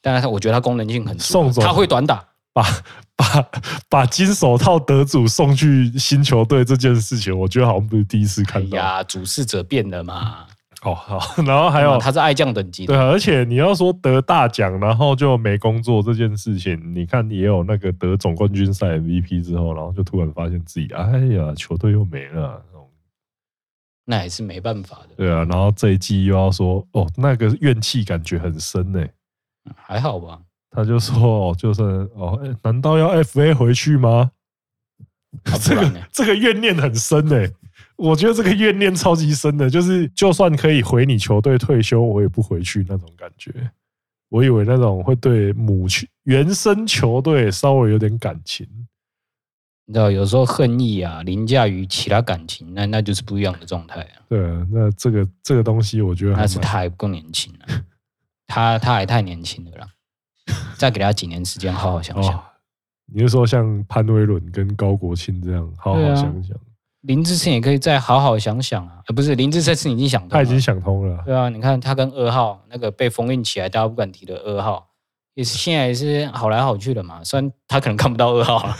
B: 但是我觉得它功能性很足啊
A: 送走，
B: 它会短打，
A: 把 把把金手套得主送去新球队这件事情，我觉得好像不是第一次
B: 哎
A: 看到。
B: 呀，主事者变了嘛。
A: 哦好， 然后还有
B: 他是爱将等级
A: 对
B: 的，
A: 啊，而且你要说得大奖，然后就没工作这件事情，你看也有那个得总冠军赛 MVP 之后，然后就突然发现自己，哎呀，球队又没了。那种
B: 那也是没办法的，
A: 对啊，然后这一季又要说，哦，那个怨气感觉很深呢、
B: 嗯还 好吧？
A: 他就说，哦，就是哦，哎难道要 FA 回去吗？
B: 啊不
A: 这
B: 然呢
A: 个？这个怨念很深呢、我觉得这个怨念超级深的，就是就算可以回你球队退休，我也不回去那种感觉。我以为那种会对母球原生球队稍微有点感情，
B: 你知道，有时候恨意啊，凌驾于其他感情，那那就是不一样的状态啊。
A: 对啊，那这个这个东西，我觉得还
B: 那是
A: 蛮
B: 他还不够年轻啊，他他还太年轻了啦，再给他几年时间，好好想想
A: 哦。。你是说像潘威伦跟高国庆这样，好
B: 对
A: 好
B: 啊
A: 想想，
B: 林志胜也可以再好好想想啊，呃、不是林志胜是已经想通
A: 他
B: 了，
A: 已经想通 了啊。
B: 对啊，你看他跟二号那个被封印起来，大家不敢提的二号，也是现在也是好来好去的嘛。虽然他可能看不到 二号了，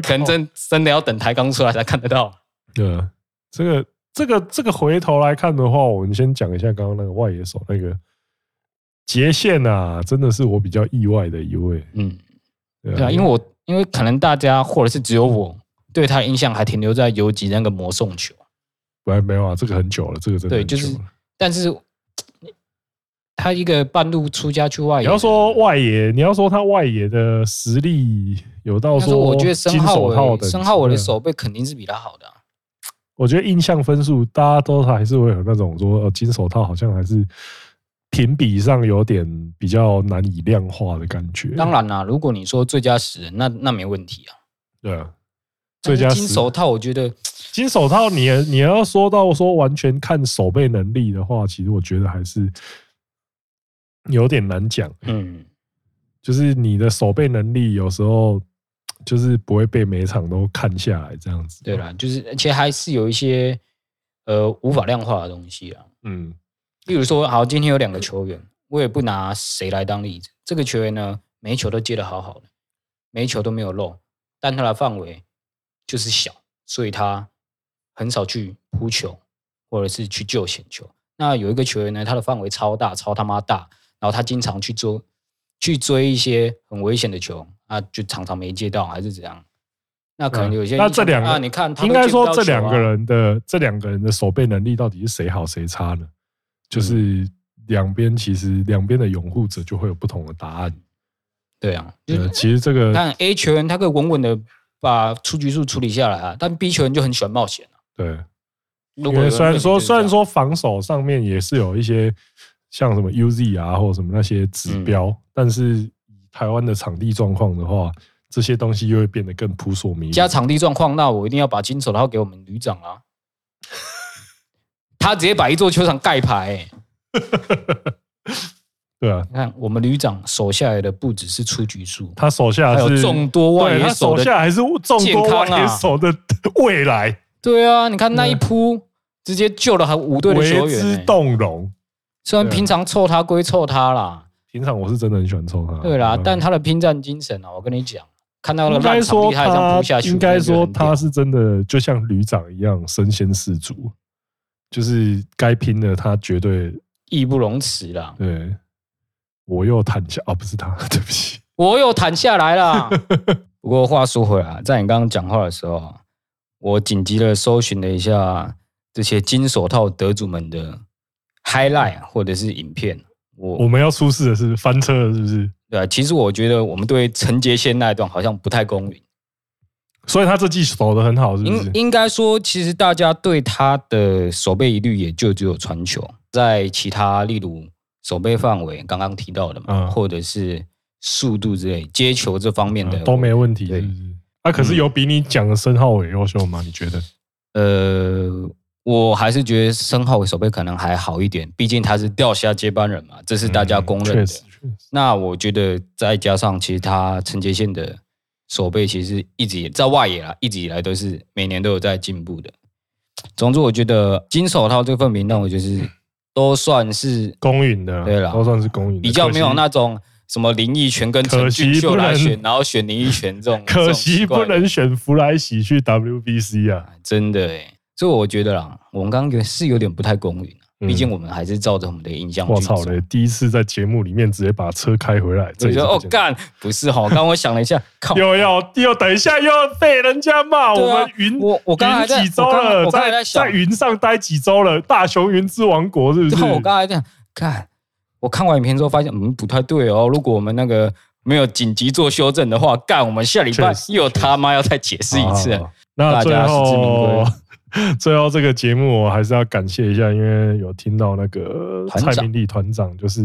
B: 可能真真的要等台刚出来才看得到。
A: 对啊，这个这个这个回头来看的话，我们先讲一下刚刚那个外野手那个杰线啊，真的是我比较意外的一位。
B: 嗯，
A: 对
B: 对啊，因为我因为可能大家或者是只有我对他的印象还停留在游击那个魔送球，
A: 没没有啊，这个很久了，这个真的
B: 对
A: 很久
B: 就是
A: 了
B: 但是他一个半路出家去外野，
A: 你要说外野，你要说他外野的实力有到
B: 但是
A: 说，
B: 我觉得申
A: 金
B: 浩
A: 手套
B: 伟，
A: 等
B: 申浩伟的
A: 级啊，
B: 手背肯定是比他好的啊、
A: 我觉得印象分数大家都还是会有那种说，呃，金手套好像还是评比上有点比较难以量化的感觉。
B: 当，然啦、如果你说最佳十人，那那没问题啊。
A: 对啊，最
B: 但是
A: 佳
B: 金
A: 十
B: 手套，我觉 得
A: 金手套你，也你要说到说完全看手背能力的话，其实我觉得还是有点难讲。
B: 嗯，
A: 就是你的手背能力有时候就是不会被每场都看下来这样子。
B: 对，啦，就是而且还是有一些呃无法量化的东西啊。
A: 嗯，
B: 例如说，好，今天有两个球员，我也不拿谁来当例子。这个球员呢，每一球都接得好好的，每一球都没有漏，但他的范围就是小，所以他很少去扑球或者是去救险球。那有一个球员呢，他的范围超大，超他妈大，然后他经常去追去追一些很危险的球啊，就常常没接到还是怎样。那可能有些、
A: 嗯那这两个
B: 啊，你看他都
A: 应该
B: 接不
A: 说
B: 到
A: 这
B: 球啊
A: 两个人的这两个人的守备能力到底是谁好谁差呢？
B: 嗯
A: 就是两边其实两边的拥护者就会有不同的答案。
B: 对啊，就
A: 呃，其实这个
B: 但 A 球员他可以稳稳的把出局数处理下来啊，但 B 球员就很喜欢冒险啊。
A: 对，因
B: 如果有
A: 为
B: 人
A: 虽然说
B: 对你就是这
A: 虽
B: 样
A: 然，说防守上面也是有一些像什么 UZ 啊或者什么那些
B: 嗯
A: 指标，但是以台湾的场地状况的话，这些东西又会变得更扑朔迷离。
B: 加场地状况，那我一定要把金手套给我们旅长啦、 他直接把一座球场盖牌、欸。
A: 对啊，
B: 你看，我们旅长守下来的不只是出局数，
A: 他手下
B: 还有
A: 是
B: 众多外
A: 对
B: 野
A: 他
B: 手
A: 手
B: 的
A: 下还是众多
B: 健康啊
A: 外野手的未 来
B: 对啊，你看那一扑直接救了还五队的球
A: 为
B: 员、
A: 之
B: 欸。
A: 动容。
B: 虽然平常凑他归凑他啦，
A: 平常我是真的很喜欢抽他，
B: 对啦，
A: 嗯
B: 但他的拼战精神啊，我跟你讲，看到那
A: 应
B: 个烂
A: 该
B: 场
A: 说
B: 地他也这样扑下
A: 他
B: 去，
A: 应该说他
B: 我
A: 是真的就像旅长一样身先士卒，就是该拼的他绝对
B: 觉得很屌义不容辞啦。
A: 对。我又谈下啊，不是他， 对不起，
B: 我有谈下 来啦。不过话说回来，在你刚刚讲话的时候啊，我紧急的搜寻了一下这些金手套得主们的 highlight 或者是影片。
A: 我
B: 我
A: 们要出事的是翻车了，是不是？
B: 对啊，其实我觉得我们对陈杰宪那一段好像不太公允。
A: 所以他这季守的很好，是不
B: 应
A: 是？
B: 应该说，其实大家对他的守备疑虑也就只有传球，在其他例如守备范围刚刚提到的嘛，
A: 嗯
B: 或者是速度之类接球这方面的、
A: 嗯都没问题，
B: 对嗯
A: 是不是？啊，可是有比你讲的申浩伟优秀吗？你觉得？
B: 呃，我还是觉得申浩伟手背可能还好一点，毕竟他是掉下接班人嘛，这是大家公认的。
A: 嗯确实，确实，
B: 那我觉得再加上其实他陈杰宪的手背其实一直也在外野啦，一直以来都是每年都有在进步的。总之，我觉得金手套这份名让 我就是都算是
A: 公允的，啊
B: 对啦
A: 都算是公允的，
B: 比较没有
A: 可惜
B: 那种什么林奕泉跟陈
A: 可惜
B: 俊秀
A: 不
B: 来
A: 能
B: 选，然后选林奕泉这种，这
A: 可
B: 种
A: 惜
B: 奇怪
A: 不
B: 的
A: 能选弗莱喜去 WBC 啊。
B: 哎真的哎，所以我觉得啦，我们刚刚是有点不太公允、
A: 嗯
B: 毕竟我们还是照着我们的印象
A: 我
B: 去
A: 操
B: 走。
A: 嘞！第一次在节目里面直接把车开回来，
B: 我
A: 这也
B: 觉得
A: 是
B: 哦
A: 不简单，
B: 干不是哈，刚刚我想了一下，靠，
A: 又要又等一下又要被人家骂，
B: 对
A: 我
B: 啊
A: 们云
B: 我我刚才
A: 云
B: 在
A: 几周
B: 我刚
A: 了，
B: 我刚才在
A: 在
B: 想
A: 在云上待几周了，大雄云之王国是不
B: 对
A: 是？
B: 啊我刚才这样看，我看完影片之后发现，嗯，不太对哦。如果我们那个没有紧急做修正的话，干，我们下礼拜
A: 确实啊
B: 又他妈要再解释一次
A: 好
B: 了。
A: 好那最
B: 大家实至名
A: 后 最后这个节目我还是要感谢一下，因为有听到那个
B: 团长
A: 蔡明利团长，就是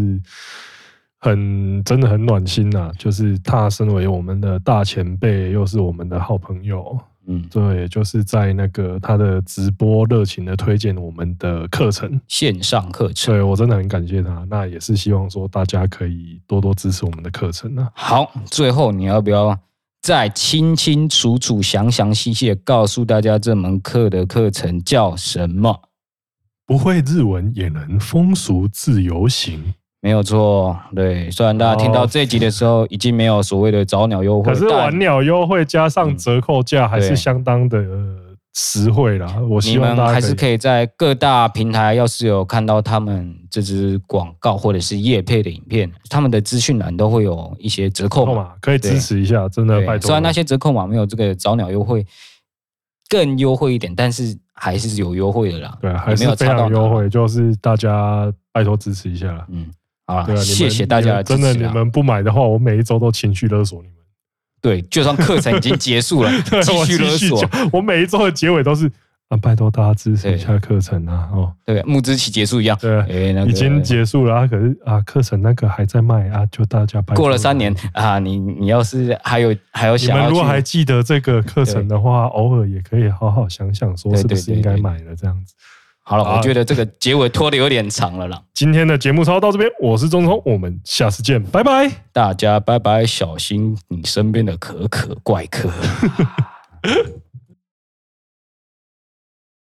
A: 很真的很暖心呐、就是他身为我们的大前辈，又是我们的好朋友，
B: 嗯，
A: 对，就是在那个他的直播热情的推荐我们的课程，
B: 线上课程
A: 所以我真的很感谢他。那也是希望说大家可以多多支持我们的课程啊。
B: 好，最后你要不要再清清楚楚、详详细细的告诉大家这门课的课程叫什么？
A: 不会日文也能风俗自由行，
B: 没有错，对。虽然大家听到这一集的时候，已经没有所谓的早鸟优惠，
A: 哦可是
B: 但
A: 晚鸟优惠加上折扣价还
B: 嗯对
A: 是相当的呃实惠啦。我
B: 你
A: 希望
B: 们
A: 大
B: 还
A: 家
B: 是
A: 可
B: 可
A: 以
B: 以在各大平台，要是有看到他们这支广告或者是业配的影片，他们的资讯栏都会有一些折扣
A: 好
B: 码。
A: 嘛，可以支持一下，真的哦拜
B: 对，
A: 托。
B: 虽然那些折扣码没有这个早鸟优惠更优惠一点，但是还是有优惠的啦。
A: 对啊还
B: 也没
A: 是
B: 有
A: 非
B: 差到
A: 常
B: 哪
A: 优。惠，就是大家拜托支持一下啦。
B: 嗯，好
A: 对啊，
B: 了，
A: 你们
B: 谢谢大家的支
A: 你们
B: 持
A: 真
B: 啊
A: 的，
B: 啦
A: 你。们不买的话，我每一周都情绪勒索你们。
B: 对，就算课程已经结束了
A: 对， 啊
B: 继
A: 我
B: 续勒索。
A: 讲我每一周的结尾都是啊，拜托大家支持一下课程啊，哦，
B: 对，募资期结束一样。
A: 对啊
B: 哎，那个
A: 已经结束了啊，可是啊，课程那个还在卖啊，就大家拜托
B: 过了三年。啊，你你要是还有还有
A: 你
B: 想
A: 们
B: 要
A: 如果
B: 去
A: 还记得这个课程的话，偶尔也可以好好想想，说
B: 对
A: 是不
B: 对
A: 是
B: 对
A: 应该
B: 对
A: 买了这样子。
B: 好了，
A: 啊
B: 我觉得这个结尾拖的有点长了啦，
A: 今天的节目超到这边，我是钟聪，我们下次见，拜拜。
B: 大家拜拜，小心你身边的可可怪客。